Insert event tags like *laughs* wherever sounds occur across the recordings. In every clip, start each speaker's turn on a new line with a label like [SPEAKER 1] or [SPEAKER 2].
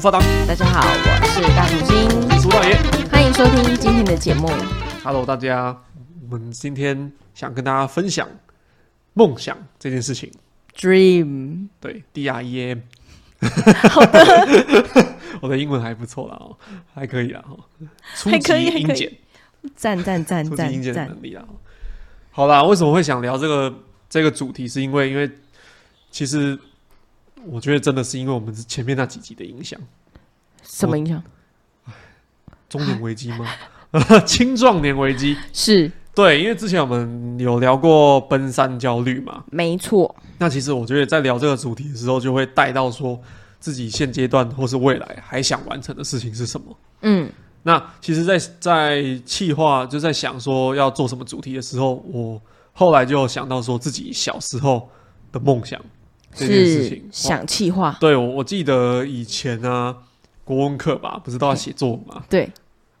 [SPEAKER 1] 发当，
[SPEAKER 2] 大家好，我是大土
[SPEAKER 1] 我
[SPEAKER 2] 星，
[SPEAKER 1] 是苏大爷。
[SPEAKER 2] 欢迎收听今天的节目。
[SPEAKER 1] Hello，大家，我们今天想跟大家分享梦想这件事情。
[SPEAKER 2] Dream，
[SPEAKER 1] 对，D R E M。好的， *laughs* 我的英文还不错啦哦，还可以啦哦，初
[SPEAKER 2] 还可以
[SPEAKER 1] 级
[SPEAKER 2] 还可以
[SPEAKER 1] 英检，
[SPEAKER 2] 赞赞赞
[SPEAKER 1] 初级
[SPEAKER 2] 赞
[SPEAKER 1] 英检的
[SPEAKER 2] 赞！
[SPEAKER 1] 能力啦。哦好啦，为什么会想聊这个这个主题？是因为因为其实我觉得真的是因为我们前面那几集的影响，
[SPEAKER 2] 什么影响？
[SPEAKER 1] 中年危机吗？ *laughs* 青壮年危机。
[SPEAKER 2] 是
[SPEAKER 1] 对，因为之前我们有聊过奔三焦虑嘛，
[SPEAKER 2] 没错，
[SPEAKER 1] 那其实我觉得在聊这个主题的时候，就会带到说自己现阶段或是未来还想完成的事情是什么。
[SPEAKER 2] 嗯，
[SPEAKER 1] 那其实在，在企划就在想说要做什么主题的时候，我后来就想到说自己小时候的梦想这件事
[SPEAKER 2] 是
[SPEAKER 1] 情。哇
[SPEAKER 2] 想气化，
[SPEAKER 1] 对我我记得以前啊，国文课吧，不是都要写作文嘛，
[SPEAKER 2] 对，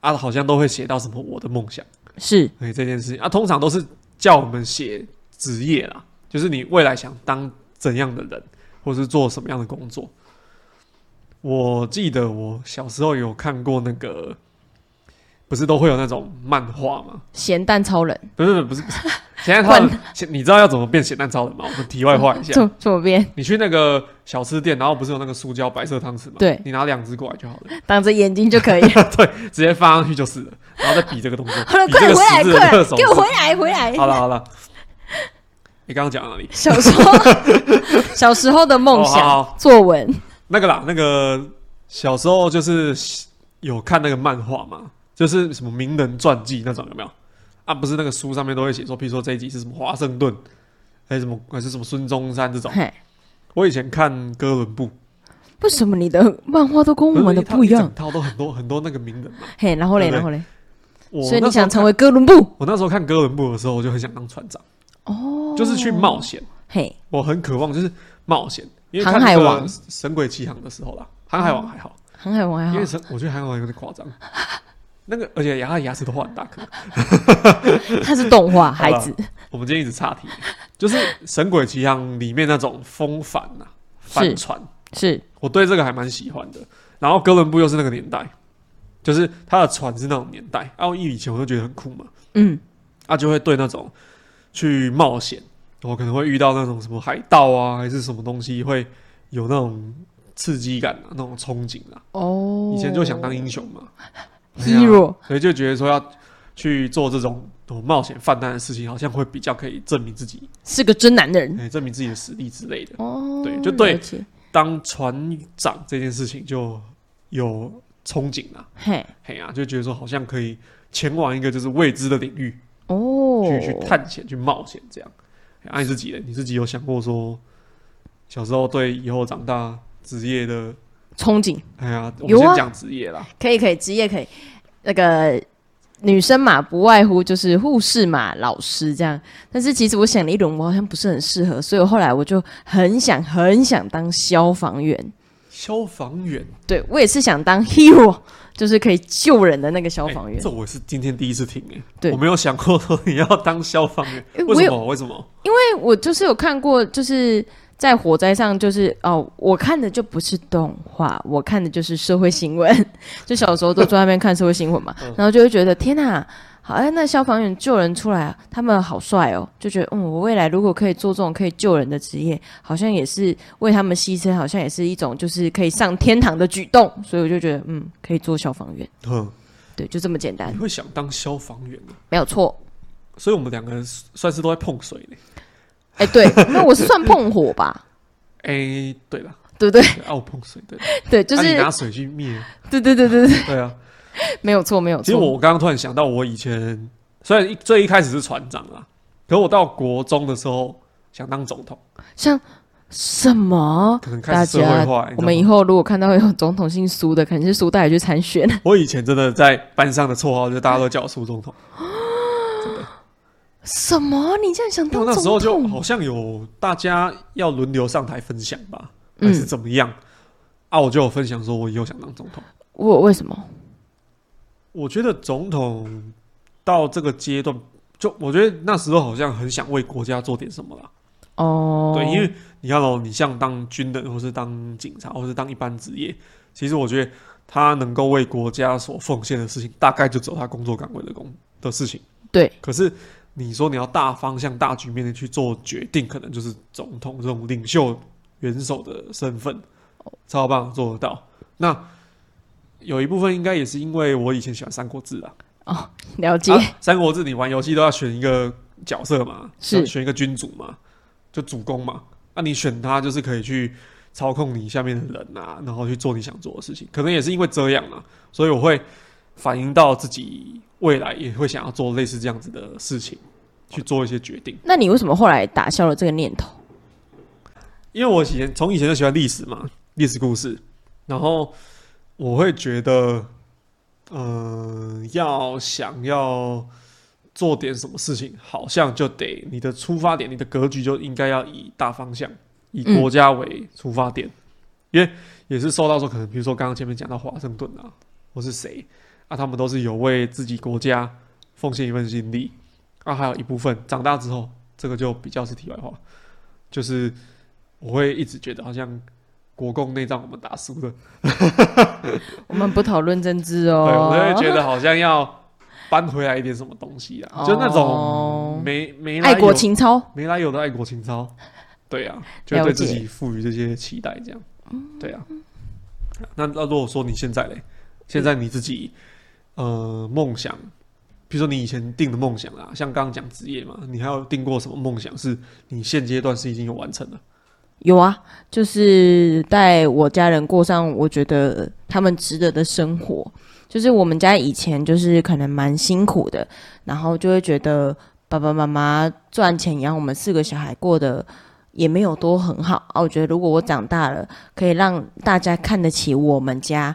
[SPEAKER 1] 啊，好像都会写到什么我的梦想。
[SPEAKER 2] 是
[SPEAKER 1] 对这件事情啊，通常都是叫我们写职业啦，就是你未来想当怎样的人，或是做什么样的工作。我记得我小时候有看过那个，不是都会有那种漫画吗？
[SPEAKER 2] 咸蛋超人，
[SPEAKER 1] 不是不是不是，咸蛋超人，咸你知道要怎么变咸蛋超人吗？我们题外话一下
[SPEAKER 2] *laughs* 怎，么怎么变？
[SPEAKER 1] 你去那个小吃店，然后不是有那个塑胶白色汤匙吗？
[SPEAKER 2] 对
[SPEAKER 1] 你拿两只过来就好了，
[SPEAKER 2] 挡着眼睛就可
[SPEAKER 1] *laughs*
[SPEAKER 2] 以。
[SPEAKER 1] 直接放上去就是了，然后再比这个动作，
[SPEAKER 2] *laughs* 好了，
[SPEAKER 1] 比这
[SPEAKER 2] 快
[SPEAKER 1] 个
[SPEAKER 2] 回来，
[SPEAKER 1] 十字
[SPEAKER 2] 快
[SPEAKER 1] 的
[SPEAKER 2] 来
[SPEAKER 1] 那个手
[SPEAKER 2] 给我
[SPEAKER 1] 势
[SPEAKER 2] 回来，回来！
[SPEAKER 1] 好了好了，你刚刚讲到哪里？
[SPEAKER 2] 小时候，
[SPEAKER 1] *laughs*
[SPEAKER 2] 小时候的梦
[SPEAKER 1] 哦好
[SPEAKER 2] 想，作文
[SPEAKER 1] 那个啦，那个小时候就是有看那个漫画嘛，就是什么名人传记那种，有没有？啊，不是那个书上面都会写说，譬如说这一集是什么华盛顿，还是什么还是什么孙中山这种。
[SPEAKER 2] 嘿，
[SPEAKER 1] 我以前看哥伦布，
[SPEAKER 2] 为什么你的漫画都跟我们的
[SPEAKER 1] 是
[SPEAKER 2] 不一
[SPEAKER 1] 一
[SPEAKER 2] 样
[SPEAKER 1] 整？套都很多很多那个名人嘛。
[SPEAKER 2] 嘿，然后嘞，
[SPEAKER 1] 对不
[SPEAKER 2] 然后
[SPEAKER 1] 对
[SPEAKER 2] 嘞，
[SPEAKER 1] 我
[SPEAKER 2] 所以
[SPEAKER 1] 那
[SPEAKER 2] 你
[SPEAKER 1] 时候
[SPEAKER 2] 想成
[SPEAKER 1] 看
[SPEAKER 2] 为哥伦布？
[SPEAKER 1] 我那时候看哥伦布的时候，我就很想当船长，
[SPEAKER 2] 哦，
[SPEAKER 1] 就是去冒险。
[SPEAKER 2] 嘿，
[SPEAKER 1] 我很渴望就是冒险，因为
[SPEAKER 2] 航
[SPEAKER 1] 看
[SPEAKER 2] 海
[SPEAKER 1] 那个
[SPEAKER 2] 王哦
[SPEAKER 1] 《神鬼奇航》的时候啦，《航海王》还好。
[SPEAKER 2] 航海王还
[SPEAKER 1] 因为
[SPEAKER 2] 好，
[SPEAKER 1] 神，我觉得韩国人有点夸张。 *laughs* 那个，而且牙牙齿都画很大颗。
[SPEAKER 2] 他是动画孩
[SPEAKER 1] *laughs* 好吧
[SPEAKER 2] 子，
[SPEAKER 1] 我们今天一直岔题，就是《神鬼奇航》里面那种风帆呐、帆船，
[SPEAKER 2] 是
[SPEAKER 1] 我对这个还蛮喜欢的。然后哥伦布又是那个年代，就是他的船是那种年代。奥义以前我就觉得很酷嘛，
[SPEAKER 2] 嗯，
[SPEAKER 1] 啊，就会对那种去冒险，我可能会遇到那种什么海盗啊，还是什么东西，会有那种刺激感啊，那种憧憬啊。
[SPEAKER 2] 哦，
[SPEAKER 1] 以前就想当英雄嘛。哎呀
[SPEAKER 2] hero，
[SPEAKER 1] 所以就觉得说要去做这种哦冒险犯难的事情，好像会比较可以证明自己，
[SPEAKER 2] 是个真男人
[SPEAKER 1] 哎、证明自己的实力之类的。
[SPEAKER 2] 哦
[SPEAKER 1] 对就对
[SPEAKER 2] 了解
[SPEAKER 1] 当船长这件事情就有憧憬啦，
[SPEAKER 2] 嘿，
[SPEAKER 1] 嘿啊，就觉得说好像可以前往一个就是未知的领域
[SPEAKER 2] 哦，
[SPEAKER 1] 去去探险、去冒险这样。爱、啊你自己的，你自己有想过说小时候对以后长大职业的？
[SPEAKER 2] 憧憬，
[SPEAKER 1] 哎呀，我
[SPEAKER 2] 有
[SPEAKER 1] 们
[SPEAKER 2] 啊
[SPEAKER 1] 先讲职业啦，
[SPEAKER 2] 可以可以，职业可以，那个女生嘛，不外乎就是护士嘛、老师这样。但是其实我想了一轮，我好像不是很适合，所以我后来我就很想很想当消防员。
[SPEAKER 1] 消防员，
[SPEAKER 2] 对我也是想当 hero，就是可以救人的那个消防员
[SPEAKER 1] 哎这，我是今天第一次听哎、
[SPEAKER 2] 对
[SPEAKER 1] 我没有想过说你要当消防员，
[SPEAKER 2] 哎我
[SPEAKER 1] 为什
[SPEAKER 2] 有
[SPEAKER 1] 么？为什么？
[SPEAKER 2] 因为我就是有看过，就是呃在火灾上，就是哦，我看的就不是动画，我看的就是社会新闻。就小时候都坐在那边看社会新闻嘛，然后就会觉得天哪、好像那消防员救人出来啊，他们好帅哦，就觉得嗯，我未来如果可以做这种可以救人的职业，好像也是为他们牺牲，好像也是一种就是可以上天堂的举动，所以我就觉得嗯，可以做消防员，
[SPEAKER 1] 哼，
[SPEAKER 2] 对，就这么简单
[SPEAKER 1] 嗯你，会想当消防员啊？
[SPEAKER 2] 没有错。
[SPEAKER 1] 所以我们两个人算是都在碰水呢。
[SPEAKER 2] 哎、对， *laughs* 那我是算碰火吧，
[SPEAKER 1] 哎、对了，
[SPEAKER 2] 对不对？
[SPEAKER 1] 对啊，我碰水，对，
[SPEAKER 2] 对，就
[SPEAKER 1] 啊你
[SPEAKER 2] 是、
[SPEAKER 1] 拿水去灭，
[SPEAKER 2] 对对对对对，
[SPEAKER 1] 对啊。
[SPEAKER 2] 没有错，没有错。
[SPEAKER 1] 其实我刚刚突然想到，我以前虽然一最一开始是船长啦，可我到国中的时候想当总统，
[SPEAKER 2] 像什么？
[SPEAKER 1] 可能开
[SPEAKER 2] 大
[SPEAKER 1] 始社会
[SPEAKER 2] 家
[SPEAKER 1] 化。你知道吗
[SPEAKER 2] 我们以后如果看到有总统姓苏的，肯定是苏大爷去参
[SPEAKER 1] *laughs*
[SPEAKER 2] 选。
[SPEAKER 1] 我以前真的在班上的绰号就是大家都叫我苏总统，真的。
[SPEAKER 2] 什么？你这样想
[SPEAKER 1] 因为
[SPEAKER 2] 当
[SPEAKER 1] 那时候
[SPEAKER 2] 总
[SPEAKER 1] 就
[SPEAKER 2] 统？
[SPEAKER 1] 好像有大家要轮流上台分享吧，
[SPEAKER 2] 嗯
[SPEAKER 1] 还是怎么样、啊？我就有分享说，我以后想当总统。
[SPEAKER 2] 我为什么？
[SPEAKER 1] 我觉得总统到这个阶段，就我觉得那时候好像很想为国家做点什么啦。
[SPEAKER 2] 哦，
[SPEAKER 1] 对，因为你看哦，你像当军人，或是当警察，或是当一般职业，其实我觉得他能够为国家所奉献的事情，大概就只有他工作岗位的工的事情。
[SPEAKER 2] 对，
[SPEAKER 1] 可是你说你要大方向、大局面的去做决定，可能就是总统这种领袖、元首的身份，超棒做得到。那有一部分应该也是因为我以前喜欢《三国志》啊，
[SPEAKER 2] 了解、
[SPEAKER 1] 啊三国志》你玩游戏都要选一个角色嘛，
[SPEAKER 2] 是
[SPEAKER 1] 要选一个君主嘛，就主公嘛。那、你选他就是可以去操控你下面的人啊，然后去做你想做的事情。可能也是因为这样啊，所以我会反映到自己未来也会想要做类似这样子的事情，去做一些决定。
[SPEAKER 2] 那你为什么后来打消了这个念头？
[SPEAKER 1] 因为我以前从以前就喜欢历史嘛，历史故事，然后我会觉得，嗯、要想要做点什么事情，好像就得你的出发点、你的格局就应该要以大方向、以国家为出发点，因为也是受到说，可能比如说刚刚前面讲到华盛顿啊，或是谁啊，他们都是有为自己国家奉献一份心力，啊，还有一部分长大之后，这个就比较是题外话，就是。我会一直觉得好像国共内战我们打输了，
[SPEAKER 2] 我们不讨论政治
[SPEAKER 1] 对我
[SPEAKER 2] 哦，
[SPEAKER 1] 就会觉得好像要扳回来一点什么东西啊，就那
[SPEAKER 2] *laughs* 哦
[SPEAKER 1] 种没没来
[SPEAKER 2] 爱国
[SPEAKER 1] 由
[SPEAKER 2] 情操。
[SPEAKER 1] 没来由的爱国情操，对啊，就会
[SPEAKER 2] 了
[SPEAKER 1] 对自
[SPEAKER 2] 解嗯
[SPEAKER 1] 己赋予这些期待，这样，对啊。那那如果说你现在嘞，现在你自己呃梦想，比如说你以前定的梦想啊，像刚刚讲职业嘛，你还有定过什么梦想是你现阶段是已经有完成的？
[SPEAKER 2] 有啊，就是带我家人过上我觉得他们值得的生活。就是我们家以前就是可能蛮辛苦的，然后就会觉得爸爸妈妈赚钱养我们四个小孩过得也没有多很好啊。我觉得如果我长大了，可以让大家看得起我们家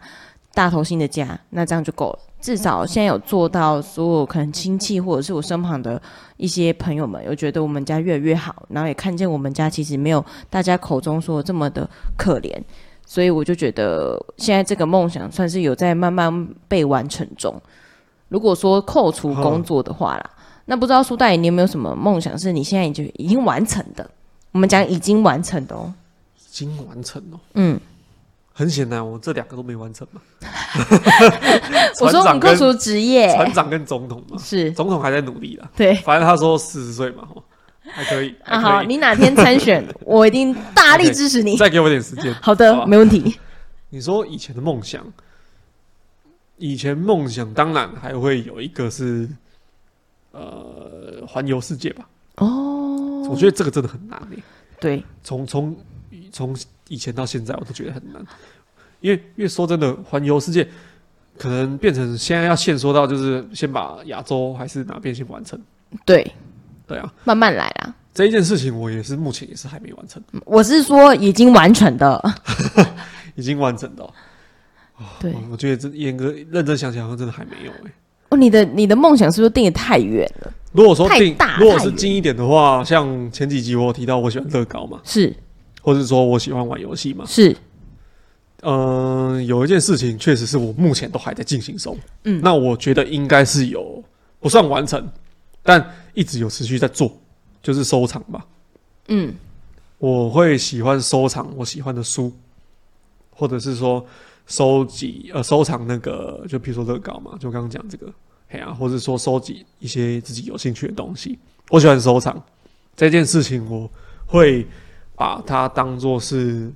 [SPEAKER 2] 大头星的家，那这样就够了。至少现在有做到所有可能亲戚或者是我身旁的一些朋友们，有觉得我们家越来越好，然后也看见我们家其实没有大家口中说的这么的可怜，所以我就觉得现在这个梦想算是有在慢慢被完成中。如果说扣除工作的话啦，那不知道苏大爷你有没有什么梦想是你现在已经已经完成的？我们讲已经完成的哦，
[SPEAKER 1] 已经完成哦，
[SPEAKER 2] 嗯，
[SPEAKER 1] 很显然我这两个都没完成嘛。
[SPEAKER 2] 我 *laughs*
[SPEAKER 1] 船
[SPEAKER 2] 说我们
[SPEAKER 1] 长
[SPEAKER 2] 扣
[SPEAKER 1] 跟
[SPEAKER 2] 除职业
[SPEAKER 1] 船长跟总统嘛，
[SPEAKER 2] 是，
[SPEAKER 1] 总统还在努力啦。
[SPEAKER 2] 对。
[SPEAKER 1] 反正他说四十岁嘛，吼还可以，
[SPEAKER 2] 啊
[SPEAKER 1] 还
[SPEAKER 2] 好，
[SPEAKER 1] 可以。
[SPEAKER 2] 你哪天参
[SPEAKER 1] *laughs*
[SPEAKER 2] 选，我一定大力支持你。
[SPEAKER 1] 再给我点时间。
[SPEAKER 2] *laughs* 好
[SPEAKER 1] 好
[SPEAKER 2] 的，
[SPEAKER 1] 啊
[SPEAKER 2] 没问题。
[SPEAKER 1] 你说以前的梦想，以前梦想当然还会有一个是，呃，环游世界吧。
[SPEAKER 2] 哦，
[SPEAKER 1] 我觉得这个真的很难欸诶、
[SPEAKER 2] 对，
[SPEAKER 1] 从从从以前到现在，我都觉得很难，因为因为说真的，环游世界可能变成现在要限缩到就是先把亚洲还是哪边先完成，
[SPEAKER 2] 对，
[SPEAKER 1] 对啊，
[SPEAKER 2] 慢慢来啦。
[SPEAKER 1] 这一件事情我也是目前也是还没完成，
[SPEAKER 2] 我是说已经完成的，
[SPEAKER 1] 已经完成的哦、
[SPEAKER 2] 对
[SPEAKER 1] 我我觉得这严格认真想想，好像真的还没有哎、
[SPEAKER 2] 哦，你的你的梦想是不是定的太远了？
[SPEAKER 1] 如果说
[SPEAKER 2] 太
[SPEAKER 1] 近
[SPEAKER 2] 大，
[SPEAKER 1] 如果
[SPEAKER 2] 太
[SPEAKER 1] 是
[SPEAKER 2] 远
[SPEAKER 1] 近一点的话，像前几集我有提到我喜欢乐高嘛，
[SPEAKER 2] 是
[SPEAKER 1] 或是说我喜欢玩游戏嘛，
[SPEAKER 2] 是，
[SPEAKER 1] 嗯、有一件事情确实是我目前都还在进行中，
[SPEAKER 2] 嗯
[SPEAKER 1] 那我觉得应该是有不算完成，但一直有持续在做，就是收藏吧。
[SPEAKER 2] 嗯，
[SPEAKER 1] 我会喜欢收藏我喜欢的书，或者是说收集呃收藏那个，就比如说乐高嘛，就刚刚讲这个，嘿啊，或者说收集一些自己有兴趣的东西。我喜欢收藏这件事情，我会把它当做是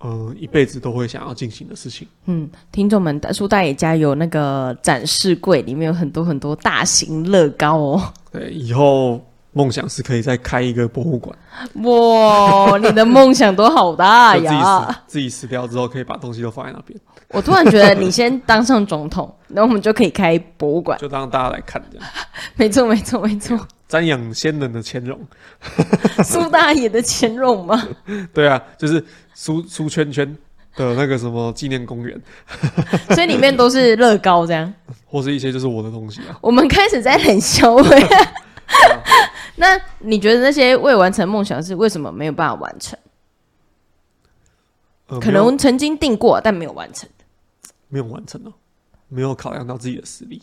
[SPEAKER 1] 嗯、呃一辈子都会想要进行的事情。
[SPEAKER 2] 嗯，听众们，苏大爷家有那个展示柜，里面有很多很多大型乐高哦。
[SPEAKER 1] 对，以后梦想是可以再开一个博物馆，
[SPEAKER 2] *laughs* 哇，你的梦想都好
[SPEAKER 1] *laughs*
[SPEAKER 2] 大
[SPEAKER 1] 就自
[SPEAKER 2] 哎
[SPEAKER 1] 己
[SPEAKER 2] 呀！
[SPEAKER 1] 死自己死掉之后，可以把东西都放在那边，
[SPEAKER 2] 我突然觉得你先当上总统， *laughs* 然后我们就可以开博物馆。
[SPEAKER 1] 就让大家来看这样，
[SPEAKER 2] *laughs* 没错，没错，没错，
[SPEAKER 1] 瞻仰先人的乾隆。
[SPEAKER 2] 苏大爷的前荣吗？ *laughs*
[SPEAKER 1] *laughs* 对啊，就是苏苏圈圈的那个什么纪念公园， *laughs*
[SPEAKER 2] 所以里面都是乐高这样。
[SPEAKER 1] 或是一些就是我的东西啊。
[SPEAKER 2] 我们开始在冷笑
[SPEAKER 1] *laughs*
[SPEAKER 2] 会。 *laughs* 那你觉得那些未完成梦想是为什么没有办法完成？
[SPEAKER 1] 呃、
[SPEAKER 2] 可
[SPEAKER 1] 没有
[SPEAKER 2] 能曾经定过，但没有完成。
[SPEAKER 1] 没有完成哦，没有考量到自己的实力。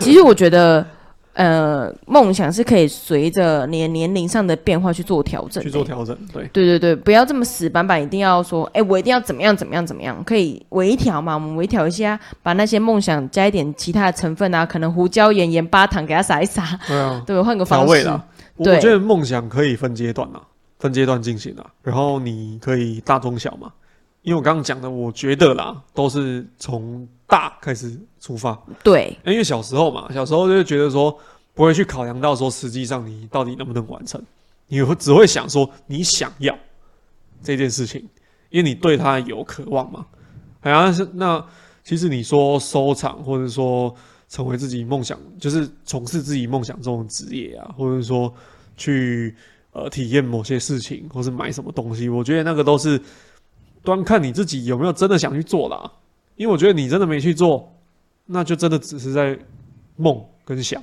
[SPEAKER 2] 其实我觉得，呃，梦想是可以随着你的年龄上的变化去做调整的。
[SPEAKER 1] 去做调整，对，
[SPEAKER 2] 对对对，不要这么死板板，一定要说，哎、我一定要怎么样怎么样怎么样，可以微调嘛，我们微调一下，把那些梦想加一点其他的成分啊，可能胡椒盐、盐巴糖给它撒一撒，
[SPEAKER 1] 对啊，
[SPEAKER 2] 对，换个
[SPEAKER 1] 调
[SPEAKER 2] 方
[SPEAKER 1] 味
[SPEAKER 2] 式。
[SPEAKER 1] 啦。我
[SPEAKER 2] 对
[SPEAKER 1] 我觉得梦想可以分阶段啊，分阶段进行啊，然后你可以大中小嘛。因为我刚刚讲的，我觉得啦，都是从大开始出发，
[SPEAKER 2] 对
[SPEAKER 1] 因为小时候嘛，小时候就会觉得说不会去考量到说实际上你到底能不能完成，你会只会想说你想要这件事情，因为你对它有渴望嘛。好像是那其实你说收藏或者说成为自己梦想，就是从事自己梦想中的职业啊，或者说去呃体验某些事情，或是买什么东西，我觉得那个都是端看你自己有没有真的想去做啦、因为我觉得你真的没去做，那就真的只是在梦跟想。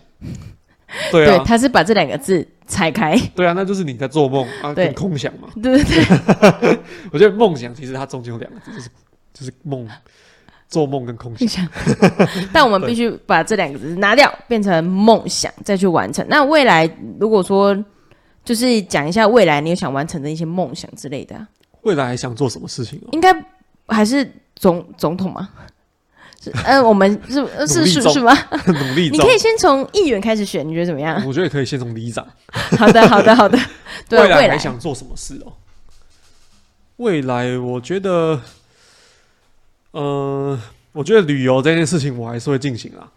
[SPEAKER 1] 对啊，
[SPEAKER 2] 他是把这两个字拆开，
[SPEAKER 1] 对啊，那就是你在做梦啊，
[SPEAKER 2] 对
[SPEAKER 1] 跟空想嘛。
[SPEAKER 2] 对对对，
[SPEAKER 1] 我觉得梦想其实它中间有两个字，就是就是梦，做梦跟空想。 *laughs*
[SPEAKER 2] 但我们必须把这两个字拿掉，变成梦想再去完成。那未来如果说就是讲一下未来你有想完成的一些梦想之类的啊、
[SPEAKER 1] 未来还想做什么
[SPEAKER 2] *laughs*
[SPEAKER 1] 事情哦？
[SPEAKER 2] 应该还是总总统吗？是
[SPEAKER 1] *laughs*
[SPEAKER 2] 呃，我们是呃
[SPEAKER 1] 努
[SPEAKER 2] 是
[SPEAKER 1] 力
[SPEAKER 2] 是
[SPEAKER 1] 中
[SPEAKER 2] 是吗？
[SPEAKER 1] 努力
[SPEAKER 2] 你
[SPEAKER 1] 中
[SPEAKER 2] 可，以先从议员开始选，你觉得怎么
[SPEAKER 1] *laughs*
[SPEAKER 2] 样？
[SPEAKER 1] 我觉得可以先从里长。
[SPEAKER 2] 好的，好的，好
[SPEAKER 1] *laughs*
[SPEAKER 2] 的。对，啊未
[SPEAKER 1] 来还
[SPEAKER 2] 来
[SPEAKER 1] 想做什么事哦？未来我觉得，嗯、我觉得旅游这件事情我还是会进行啦。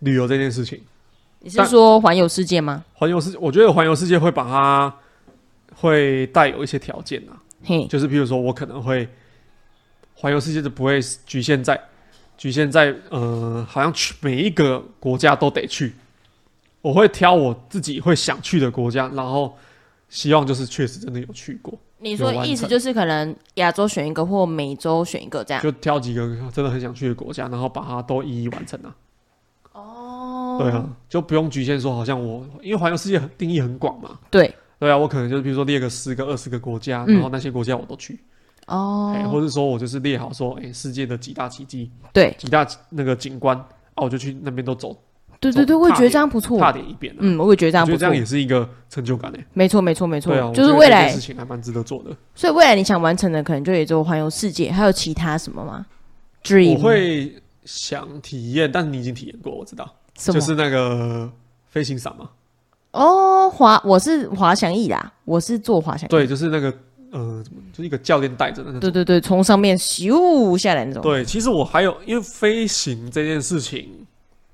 [SPEAKER 1] 旅游这件事情，
[SPEAKER 2] 你是说环游世界吗？
[SPEAKER 1] 环游世，我觉得环游世界会把它会带有一些条件啊。
[SPEAKER 2] 嘿，
[SPEAKER 1] 就是譬如说我可能会环游世界，就不会局限在局限在呃，好像去每一个国家都得去。我会挑我自己会想去的国家，然后希望就是确实真的有去过，
[SPEAKER 2] 你
[SPEAKER 1] 有
[SPEAKER 2] 说
[SPEAKER 1] 完
[SPEAKER 2] 意思
[SPEAKER 1] 成
[SPEAKER 2] 就是可能亚洲选一个或美洲选一个这样？
[SPEAKER 1] 就挑几个真的很想去的国家，然后把它都一一完成啊。
[SPEAKER 2] 哦
[SPEAKER 1] 对，啊，就不用局限说好像我，因为环游世界很定义很广嘛。
[SPEAKER 2] 对，
[SPEAKER 1] 对啊，我可能就是比如说列个十个、二十个国家，
[SPEAKER 2] 嗯
[SPEAKER 1] 然后那些国家我都去，哎，
[SPEAKER 2] 哦，
[SPEAKER 1] 或者说我就是列好说，哎，世界的几大奇迹、
[SPEAKER 2] 对，
[SPEAKER 1] 几大那个景观，啊，我就去那边都走
[SPEAKER 2] 对对对，
[SPEAKER 1] 走
[SPEAKER 2] 我也觉得
[SPEAKER 1] 踏点
[SPEAKER 2] 这样不错。
[SPEAKER 1] 差点一遍、啊。
[SPEAKER 2] 嗯，我也觉得这
[SPEAKER 1] 我
[SPEAKER 2] 样
[SPEAKER 1] 觉
[SPEAKER 2] 不
[SPEAKER 1] 得这
[SPEAKER 2] 错
[SPEAKER 1] 样。也是一个成就感诶、欸
[SPEAKER 2] 没错，没错，没错
[SPEAKER 1] 对啊，，
[SPEAKER 2] 就
[SPEAKER 1] 我
[SPEAKER 2] 是
[SPEAKER 1] 觉得
[SPEAKER 2] 未
[SPEAKER 1] 这件
[SPEAKER 2] 来
[SPEAKER 1] 事，情还蛮值得做的。
[SPEAKER 2] 所以未来你想完成的可能就也就环游世界，还有其他什么吗？Dream，
[SPEAKER 1] 我会想体验，但是你已经体验过，我知道，
[SPEAKER 2] 什么
[SPEAKER 1] 就？是那个飞行伞嘛。
[SPEAKER 2] 哦，滑，我是滑翔翼啦，我是做滑翔翼。
[SPEAKER 1] 对，就是那个呃，怎么就是一个教练带着那
[SPEAKER 2] 对
[SPEAKER 1] 种。
[SPEAKER 2] 对对，从上面咻下来那种。
[SPEAKER 1] 对，其实我还有，因为飞行这件事情，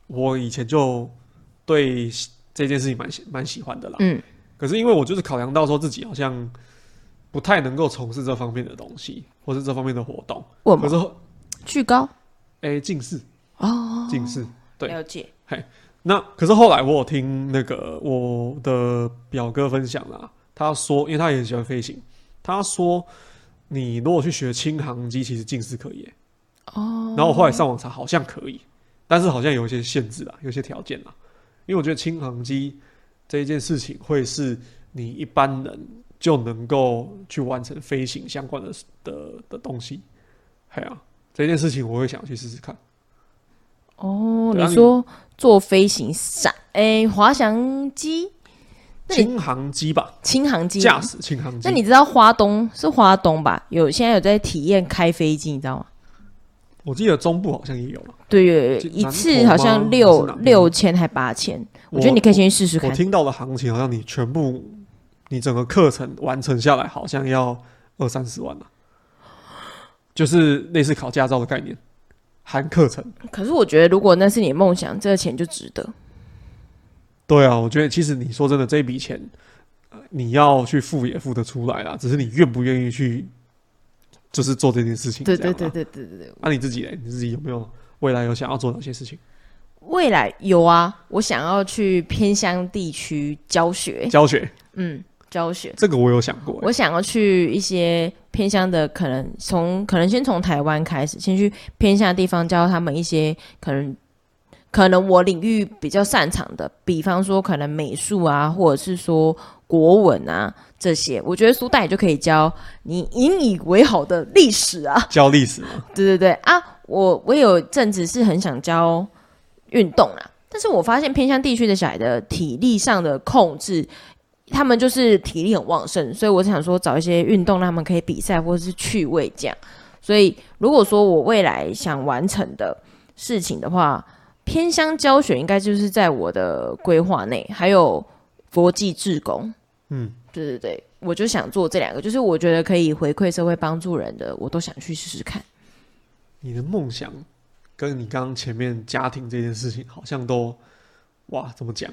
[SPEAKER 1] 我以前就对这件事情蛮喜蛮喜欢的啦。
[SPEAKER 2] 嗯，
[SPEAKER 1] 可是因为我就是考量到说自己好像不太能够从事这方面的东西，或是这方面的活动。
[SPEAKER 2] 我
[SPEAKER 1] 可
[SPEAKER 2] 们
[SPEAKER 1] 是后，
[SPEAKER 2] 巨高
[SPEAKER 1] 哎，近视，
[SPEAKER 2] 哦，
[SPEAKER 1] 近视。对
[SPEAKER 2] 了解。
[SPEAKER 1] 那可是后来我有听那个我的表哥分享啦，他说，因为他也很喜欢飞行，他说你如果去学轻航机，其实近视可以、欸。
[SPEAKER 2] 哦，
[SPEAKER 1] 然后我后来上网查，好像可以，但是好像有一些限制啦，有一些条件啦。因为我觉得轻航机这一件事情会是你一般人就能够去完成飞行相关的的的东西。哎呀、这件事情我会想去试试看。
[SPEAKER 2] 哦，
[SPEAKER 1] 对啊
[SPEAKER 2] 你说做飞行伞，哎，滑翔机、那你
[SPEAKER 1] 轻航机吧，
[SPEAKER 2] 轻航机吗
[SPEAKER 1] 驾。驶轻航机。
[SPEAKER 2] 那你知道花东是花东吧？有现在有在体验开飞机，你知道吗？
[SPEAKER 1] 我记得中部好像也有了。
[SPEAKER 2] 对，有有
[SPEAKER 1] 这
[SPEAKER 2] 一
[SPEAKER 1] 南
[SPEAKER 2] 次
[SPEAKER 1] 投
[SPEAKER 2] 好
[SPEAKER 1] 吗还
[SPEAKER 2] 像
[SPEAKER 1] 是
[SPEAKER 2] 六
[SPEAKER 1] 哪边
[SPEAKER 2] 六千还八千，我觉得你可以先去试试
[SPEAKER 1] 我
[SPEAKER 2] 看。
[SPEAKER 1] 听到的行情好像你全部，你整个课程完成下来，好像要二三十万了、就是类似考驾照的概念，含课程。
[SPEAKER 2] 可是我觉得，如果那是你的梦想，这个钱就值得。
[SPEAKER 1] 对啊，我觉得其实你说真的，这笔钱、呃你要去付也付得出来啦，只是你愿不愿意去，就是做这件事情。
[SPEAKER 2] 对对对
[SPEAKER 1] 这样啦。啊
[SPEAKER 2] 对对对对，
[SPEAKER 1] 那、你自己嘞，你自己有没有未来有想要做哪些事情？
[SPEAKER 2] 未来有啊，我想要去偏乡地区教学，
[SPEAKER 1] 教学
[SPEAKER 2] 嗯，教学。
[SPEAKER 1] 这个我有想过、欸
[SPEAKER 2] 我想要去一些偏乡的，可能从可能先从台湾开始，先去偏乡的地方教他们一些可能可能我领域比较擅长的，比方说可能美术啊，或者是说国文啊这些。我觉得苏大也就可以教你引以为豪的历史啊，
[SPEAKER 1] 教历史嘛，
[SPEAKER 2] 对对对啊，我我有阵子是很想教运动啦，但是我发现偏向地区的小孩的体力上的控制，他们就是体力很旺盛，所以我想说找一些运动让他们可以比赛或者是趣味这样。所以如果说我未来想完成的事情的话，偏乡教学应该就是在我的规划内，还有国际志工。
[SPEAKER 1] 嗯，
[SPEAKER 2] 对对对，我就想做这两个，就是我觉得可以回馈社会、帮助人的，我都想去试试看。
[SPEAKER 1] 你的梦想跟你刚刚前面家庭这件事情，好像都哇，怎么讲，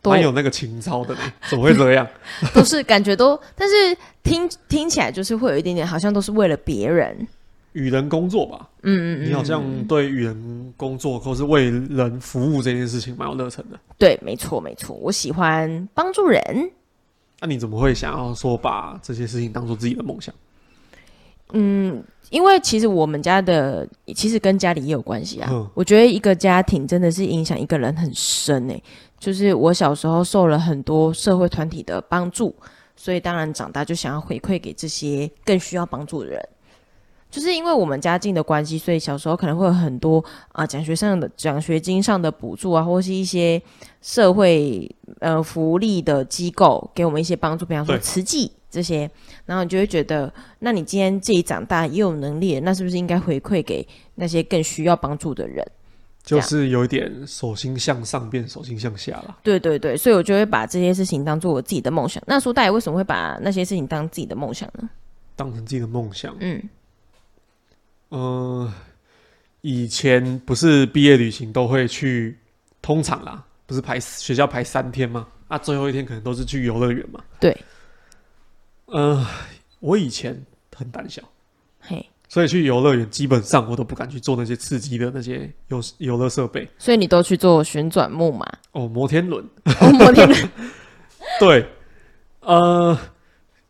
[SPEAKER 2] 都
[SPEAKER 1] 蛮有那个情操的呢，
[SPEAKER 2] *laughs*
[SPEAKER 1] 怎么会这样？
[SPEAKER 2] 都是感觉都，但是听听起来就是会有一点点，好像都是为了别人。
[SPEAKER 1] 与人工作吧，
[SPEAKER 2] 嗯嗯嗯，
[SPEAKER 1] 你好像对与人工作或是为人服务这件事情蛮有热忱的。
[SPEAKER 2] 对，没错没错，我喜欢帮助人。
[SPEAKER 1] 那、你怎么会想要说把这些事情当做自己的梦想？
[SPEAKER 2] 嗯，因为其实我们家的其实跟家里也有关系啊。
[SPEAKER 1] 嗯
[SPEAKER 2] 我觉得一个家庭真的是影响一个人很深诶、欸就是我小时候受了很多社会团体的帮助，所以当然长大就想要回馈给这些更需要帮助的人。就是因为我们家境的关系，所以小时候可能会有很多啊、奖学上的奖学金上的补助啊，或是一些社会呃福利的机构给我们一些帮助，比方说
[SPEAKER 1] 对
[SPEAKER 2] 慈济这些，然后你就会觉得，那你今天自己长大也有能力了，那是不是应该回馈给那些更需要帮助的人？这
[SPEAKER 1] 就
[SPEAKER 2] 样
[SPEAKER 1] 是有一点手心向上变手心向下啦。
[SPEAKER 2] 对对对，所以我就会把这些事情当做我自己的梦想。那苏大爷为什么会把那些事情当自己的梦想呢？
[SPEAKER 1] 当成自己的梦想。
[SPEAKER 2] 嗯，
[SPEAKER 1] 嗯、以前不是毕业旅行都会去，通常啦，不是排学校排三天吗？啊，最后一天可能都是去游乐园嘛。
[SPEAKER 2] 对。
[SPEAKER 1] 嗯、我以前很胆小，
[SPEAKER 2] 嘿，
[SPEAKER 1] 所以去游乐园基本上我都不敢去做那些刺激的那些游游乐设备
[SPEAKER 2] 所以你都去做旋转木马、 *laughs*
[SPEAKER 1] 哦，摩天轮。
[SPEAKER 2] 哦摩天轮，
[SPEAKER 1] 对，呃，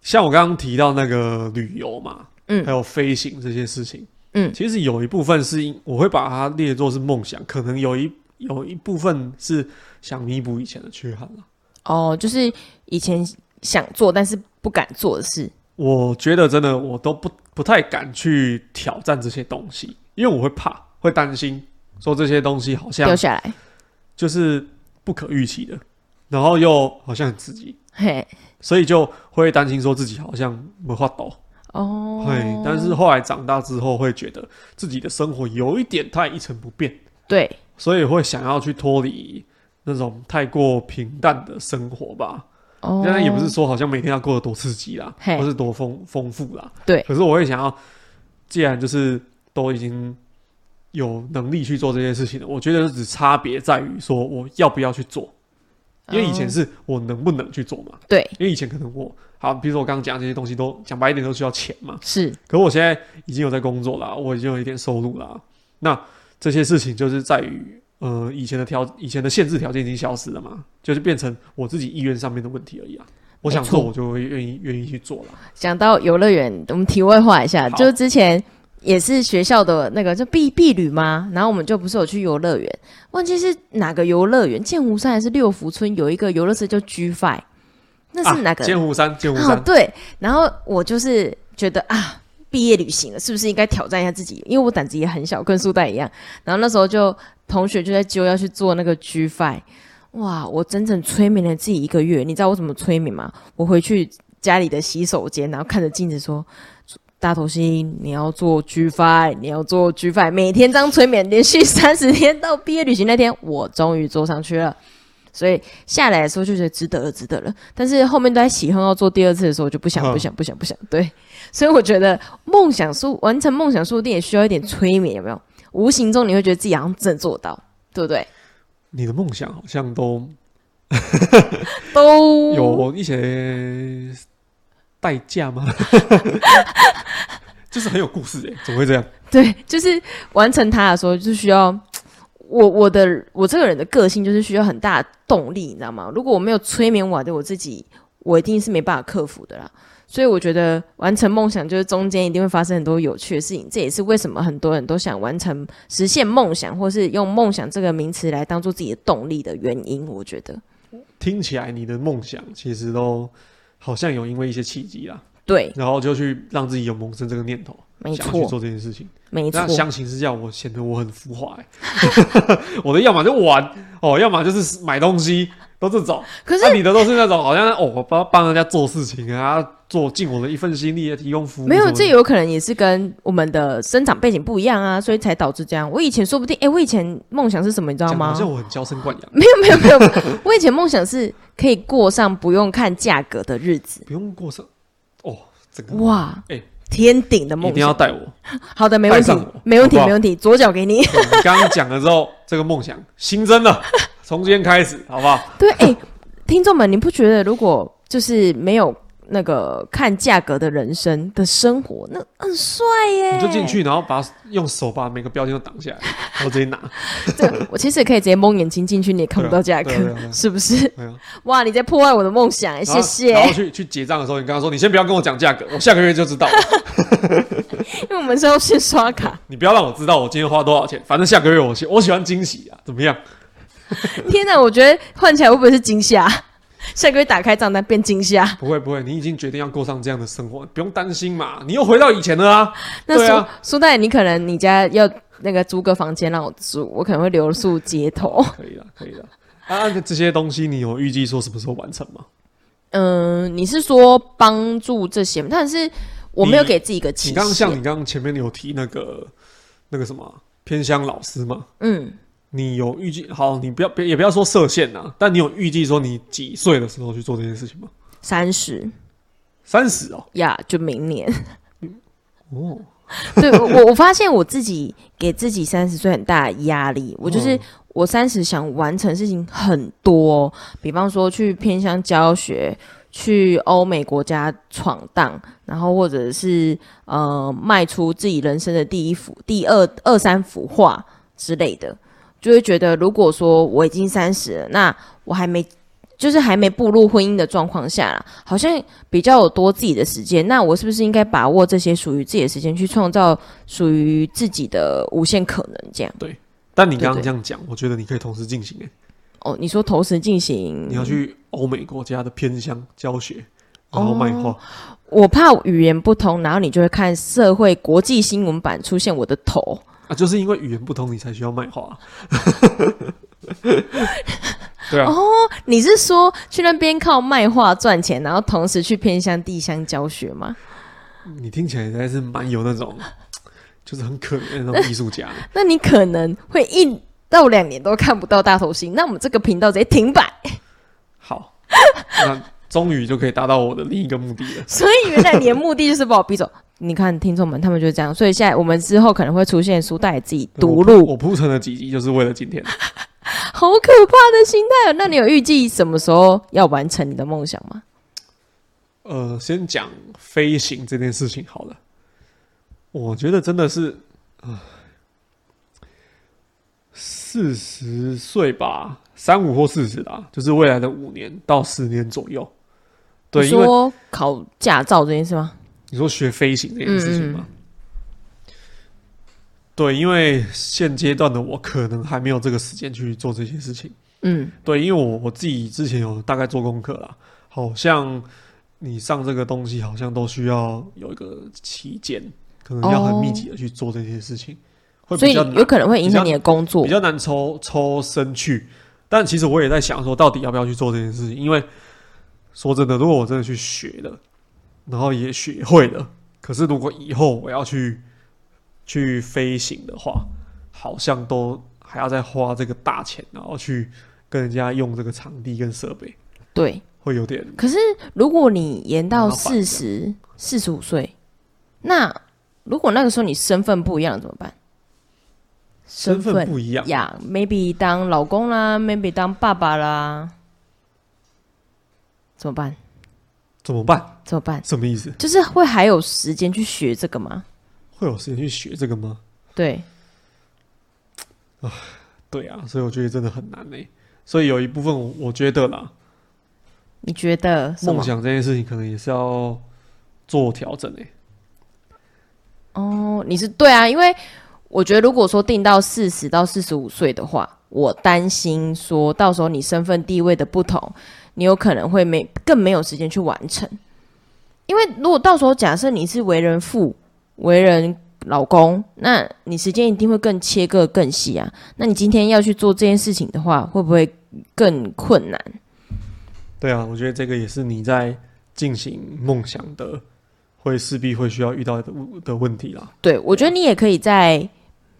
[SPEAKER 1] 像我刚刚提到那个旅游嘛，
[SPEAKER 2] 嗯
[SPEAKER 1] 还有飞行这些事情，
[SPEAKER 2] 嗯
[SPEAKER 1] 其实有一部分是因我会把它列作是梦想，可能有一有一部分是想弥补以前的缺憾了。
[SPEAKER 2] 哦，就是以前想做但是不敢做的事。
[SPEAKER 1] 我觉得真的我都不不太敢去挑战这些东西，因为我会怕，会担心说这些东西好
[SPEAKER 2] 掉
[SPEAKER 1] 像
[SPEAKER 2] 下来。
[SPEAKER 1] 就是不可预期的，然后又好像很刺激，
[SPEAKER 2] 嘿，
[SPEAKER 1] 所以就会担心说自己好像没法抖。
[SPEAKER 2] 哦，
[SPEAKER 1] 对，但是后来长大之后，会觉得自己的生活有一点太一成不变，
[SPEAKER 2] 对，
[SPEAKER 1] 所以会想要去脱离那种太过平淡的生活吧。
[SPEAKER 2] 哦，
[SPEAKER 1] 当然也不是说好像每天要过得多刺激啦，
[SPEAKER 2] 嘿
[SPEAKER 1] 或是多丰丰富啦。
[SPEAKER 2] 对
[SPEAKER 1] 可是我会想要，既然就是都已经有能力去做这些事情了，我觉得只差别在于说我要不要去做，因为以前
[SPEAKER 2] 哦
[SPEAKER 1] 是我能不能去做嘛。
[SPEAKER 2] 嗯对，
[SPEAKER 1] 因为以前可能我好，比如说我刚刚讲这些东西都讲白一点都需要钱嘛。
[SPEAKER 2] 是
[SPEAKER 1] 可我现在已经有在工作啦，我已经有一点收入啦。那这些事情就是在于，呃，以前的条以前的限制条件已经消失了嘛，就是变成我自己意愿上面的问题而已啊。我想做，
[SPEAKER 2] 没错
[SPEAKER 1] 我就会愿意愿意去做了。
[SPEAKER 2] 讲到游乐园，我们题外话一下，
[SPEAKER 1] 好
[SPEAKER 2] 就之前也是学校的那个就避避旅嘛，然后我们就不是有去游乐园，忘记是哪个游乐园，剑湖山还是六福村有一个游乐池叫 G Five，那是哪个？哦
[SPEAKER 1] 啊剑湖山，剑湖山。
[SPEAKER 2] 对，然后我就是觉得啊，毕业旅行了，是不是应该挑战一下自己？因为我胆子也很小，跟苏代一样。然后那时候就同学就在揪要去做那个 G Five，哇，我整整催眠了自己一个月。你知道我怎么催眠吗？我回去家里的洗手间，然后看着镜子说。大头星，你要做 G Five，你要做 G Five，每天这样催眠，连续三十天到毕业旅行那天，我终于做上去了。所以下来的时候就觉得值得了，值得了。但是后面都在起哄要做第二次的时候，我就不想，
[SPEAKER 1] 嗯
[SPEAKER 2] 不想，不想，不想。对，所以我觉得梦想说完成梦想说不定也需要一点催眠，有没有？无形中你会觉得自己好像真的做到，对不对？
[SPEAKER 1] 你的梦想好像都
[SPEAKER 2] 都
[SPEAKER 1] 有一些代价吗？ *laughs* 就是很有故事哎、怎么会这样？
[SPEAKER 2] *laughs* 对，就是完成它的时候，就是需要我我的我这个人的个性就是需要很大的动力，你知道吗？如果我没有催眠我的我自己，我一定是没办法克服的啦。所以我觉得完成梦想就是中间一定会发生很多有趣的事情，这也是为什么很多人都想完成实现梦想，或是用梦想这个名词来当做自己的动力的原因。我觉得
[SPEAKER 1] 听起来你的梦想其实都好像有因为一些契机啦，
[SPEAKER 2] 对，
[SPEAKER 1] 然后就去让自己有萌生这个念头，
[SPEAKER 2] 没
[SPEAKER 1] 想要去
[SPEAKER 2] 错，
[SPEAKER 1] 做这件事情。
[SPEAKER 2] 没错
[SPEAKER 1] 那，相形之下，我显得我很浮华、欸 *laughs* 我的要么就玩哦，要么就是买东西，都这种。啊
[SPEAKER 2] 可是
[SPEAKER 1] 那、你的都是那种好像哦，我帮帮人家做事情啊，做尽我的一份心力，提供服务什
[SPEAKER 2] 没
[SPEAKER 1] 么的。
[SPEAKER 2] 有，这有可能也是跟我们的生长背景不一样啊，所以才导致这样。我以前说不定，哎、我以前梦想是什么，你知道
[SPEAKER 1] 讲得
[SPEAKER 2] 吗
[SPEAKER 1] 好？像我很娇生惯养，
[SPEAKER 2] *laughs* 没有，没有，没有，我以前梦想是可以过上不用看价格的日子，
[SPEAKER 1] 不用过上哦，这个
[SPEAKER 2] 哇，
[SPEAKER 1] 哎
[SPEAKER 2] 天顶的
[SPEAKER 1] 一
[SPEAKER 2] 梦
[SPEAKER 1] 定要
[SPEAKER 2] 想。
[SPEAKER 1] 带我。
[SPEAKER 2] 好的，没问
[SPEAKER 1] 带
[SPEAKER 2] 题
[SPEAKER 1] 上我，
[SPEAKER 2] 没问题，
[SPEAKER 1] 好不好
[SPEAKER 2] 没问题，左脚给你。 *laughs*
[SPEAKER 1] 对你刚刚讲了之后，这个梦想新增了，从今天开始，好不好？
[SPEAKER 2] 对，哎、听众们，你不觉得如果就是没有那个看价格的人生的生活，那很帅耶？
[SPEAKER 1] 你就进去，然后把用手把每个标签都挡下来，然后直接拿。
[SPEAKER 2] 这个我其实也可以直接蒙眼睛进去，你也看不到价格
[SPEAKER 1] 对啊对啊对啊对，
[SPEAKER 2] *laughs*
[SPEAKER 1] 啊
[SPEAKER 2] 是不是？
[SPEAKER 1] 对啊
[SPEAKER 2] 哇，你在破坏我的梦想，
[SPEAKER 1] 然后
[SPEAKER 2] 谢谢
[SPEAKER 1] 然。后去去结账的时候，你刚刚说你先不要跟我讲价格，我下个月就知道了。 *laughs*
[SPEAKER 2] 因为我们是要先刷卡。
[SPEAKER 1] 你不要让我知道我今天花多少钱，反正下个月我喜我喜欢惊喜啊，怎么样？
[SPEAKER 2] 天哪，我觉得换起来会不会是惊吓？下个月打开账单变惊吓，
[SPEAKER 1] 不会不会，你已经决定要过上这样的生活，不用担心嘛，你又回到以前了啊。
[SPEAKER 2] 那
[SPEAKER 1] 对
[SPEAKER 2] 苏
[SPEAKER 1] 啊
[SPEAKER 2] 苏大爷，你可能你家要那个租个房间让我住，我可能会留宿街头。
[SPEAKER 1] 可以了，可以了。啊，这些东西你有预计说什么时候完成吗？
[SPEAKER 2] 嗯，你是说帮助这些吗？但是我没有
[SPEAKER 1] 你
[SPEAKER 2] 给自己一个期限。
[SPEAKER 1] 你刚刚像你刚刚前面有提那个那个什么啊偏乡老师嘛，
[SPEAKER 2] 嗯，
[SPEAKER 1] 你有预计好？你不要别也不要说设限呐、但你有预计说你几岁的时候去做这件事情吗？
[SPEAKER 2] 三十
[SPEAKER 1] 三十哦，
[SPEAKER 2] 呀，就明年。
[SPEAKER 1] 哦，
[SPEAKER 2] *laughs* 对我我我发现我自己给自己三十岁很大的压力，我就是
[SPEAKER 1] 嗯
[SPEAKER 2] 我三十想完成的事情很多，比方说去偏乡教学，去欧美国家闯荡，然后或者是呃迈出自己人生的第一幅、第二二三幅画之类的，就会觉得如果说我已经三十了，那我还没。就是还没步入婚姻的状况下啦，好像比较有多自己的时间，那我是不是应该把握这些属于自己的时间，去创造属于自己的无限可能？这样
[SPEAKER 1] 但你
[SPEAKER 2] 对
[SPEAKER 1] 刚刚
[SPEAKER 2] 对
[SPEAKER 1] 这样讲，我觉得你可以同时进行诶、欸
[SPEAKER 2] 哦，你说同时进行，
[SPEAKER 1] 你要去欧美国家的偏乡教学，
[SPEAKER 2] 哦
[SPEAKER 1] 然后卖画，
[SPEAKER 2] 我怕语言不通，然后你就会看社会国际新闻版出现我的头，
[SPEAKER 1] 啊，就是因为语言不通，你才需要卖
[SPEAKER 2] *laughs*
[SPEAKER 1] 画。对啊，
[SPEAKER 2] 哦你是说去那边靠卖画赚钱，然后同时去偏乡地乡教学吗？
[SPEAKER 1] 你听起来还是蛮有那
[SPEAKER 2] *laughs*
[SPEAKER 1] 种，就是很可怜的那种艺术家。
[SPEAKER 2] 那你可能会一到两年都看不到大头星，那我们这个频道直接停摆。 *laughs*
[SPEAKER 1] 好，那终于就可以达到我的另一个目的了。
[SPEAKER 2] 所以原来你的目的就是把我逼走。你看听众们，他们就是这样，所以现在我们之后可能会出现苏大爷自己独
[SPEAKER 1] 我
[SPEAKER 2] 录，
[SPEAKER 1] 铺我铺陈了几集，就是为了今天。
[SPEAKER 2] 好可怕的心态哦。那你有预计什么时候要完成你的梦想吗？
[SPEAKER 1] 呃，先讲飞行这件事情好了。我觉得真的是，呃四十岁吧，三五或四十啦，就是未来的五年到十年左右。对，
[SPEAKER 2] 你
[SPEAKER 1] 因为
[SPEAKER 2] 说考驾照这件事吗？
[SPEAKER 1] 你说学飞行这件事情吗？
[SPEAKER 2] 嗯
[SPEAKER 1] 对，因为现阶段的我可能还没有这个时间去做这些事情。
[SPEAKER 2] 嗯，
[SPEAKER 1] 对，因为我我自己之前有大概做功课啦，好像你上这个东西好像都需要有一个期间，可能要很密集的去做这些事情，会
[SPEAKER 2] 哦所以
[SPEAKER 1] 比较
[SPEAKER 2] 有
[SPEAKER 1] 难，
[SPEAKER 2] 可能会影响你的工作
[SPEAKER 1] 比。较难抽抽身去。但其实我也在想说，到底要不要去做这件事情？因为说真的，如果我真的去学了，然后也学会了，可是如果以后我要去去飞行的话，好像都还要再花这个大钱，然后去跟人家用这个场地跟设备，
[SPEAKER 2] 对，
[SPEAKER 1] 会有点
[SPEAKER 2] 可是如果你延到
[SPEAKER 1] 麻烦
[SPEAKER 2] 四十四十五岁，那如果那个时候你身份不一样了怎么办？
[SPEAKER 1] 身
[SPEAKER 2] 身份
[SPEAKER 1] 份不一样。
[SPEAKER 2] 呀、m a y b e 当老公啦，maybe 当爸爸啦，怎么办？
[SPEAKER 1] 怎么办？
[SPEAKER 2] 怎么办？
[SPEAKER 1] 什么意思？
[SPEAKER 2] 就是会还有时间去学这个吗？
[SPEAKER 1] 会有时间去学这个吗？
[SPEAKER 2] 对，
[SPEAKER 1] 对啊，所以我觉得真的很难呢、所以有一部分我我觉得啦，
[SPEAKER 2] 你觉得什
[SPEAKER 1] 梦
[SPEAKER 2] 么？
[SPEAKER 1] 想这件事情可能也是要做调整欸诶、
[SPEAKER 2] 哦，你是对啊，因为我觉得如果说定到四十到四十五岁的话，我担心说到时候你身份地位的不同，你有可能会没更没有时间去完成。因为如果到时候假设你是为人父、为人老公，那你时间一定会更切割更细啊。那你今天要去做这件事情的话，会不会更困难？
[SPEAKER 1] 对啊，我觉得这个也是你在进行梦想的，会势必会需要遇到的的问题啦。
[SPEAKER 2] 对，我觉
[SPEAKER 1] 啊
[SPEAKER 2] 得你也可以在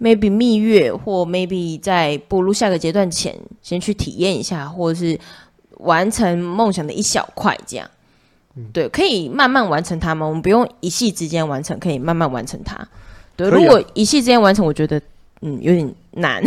[SPEAKER 2] maybe 蜜月或 maybe 在步入下个阶段前，先去体验一下，或者是完成梦想的一小块，这样。
[SPEAKER 1] 嗯
[SPEAKER 2] 对，可以慢慢完成它们，我们不用一夕之间完成，可以慢慢完成它。对，
[SPEAKER 1] 可以啊
[SPEAKER 2] 如果一夕之间完成，我觉得嗯有点难。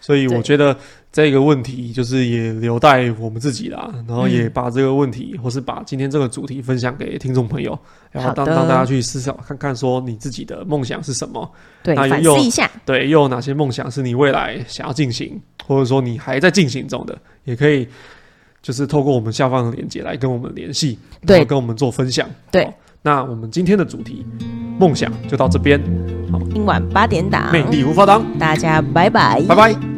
[SPEAKER 1] 所以我
[SPEAKER 2] 对
[SPEAKER 1] 觉得这个问题就是也留待我们自己啦，然后也把这个问题，或是把今天这个主题分享给听众朋友，然后
[SPEAKER 2] 好
[SPEAKER 1] 当
[SPEAKER 2] 的
[SPEAKER 1] 让大家去思考看看说你自己的梦想是什么，
[SPEAKER 2] 对，
[SPEAKER 1] 那
[SPEAKER 2] 反
[SPEAKER 1] 又
[SPEAKER 2] 思一下。
[SPEAKER 1] 对，又有哪些梦想是你未来想要进行，或者说你还在进行中的，也可以就是透过我们下方的链接来跟我们联系，
[SPEAKER 2] 对
[SPEAKER 1] 然后跟我们做分享。
[SPEAKER 2] 对
[SPEAKER 1] 好，那我们今天的主题梦想就到这边，
[SPEAKER 2] 今晚八点档，
[SPEAKER 1] 魅力无法挡，
[SPEAKER 2] 大家拜拜，
[SPEAKER 1] 拜拜。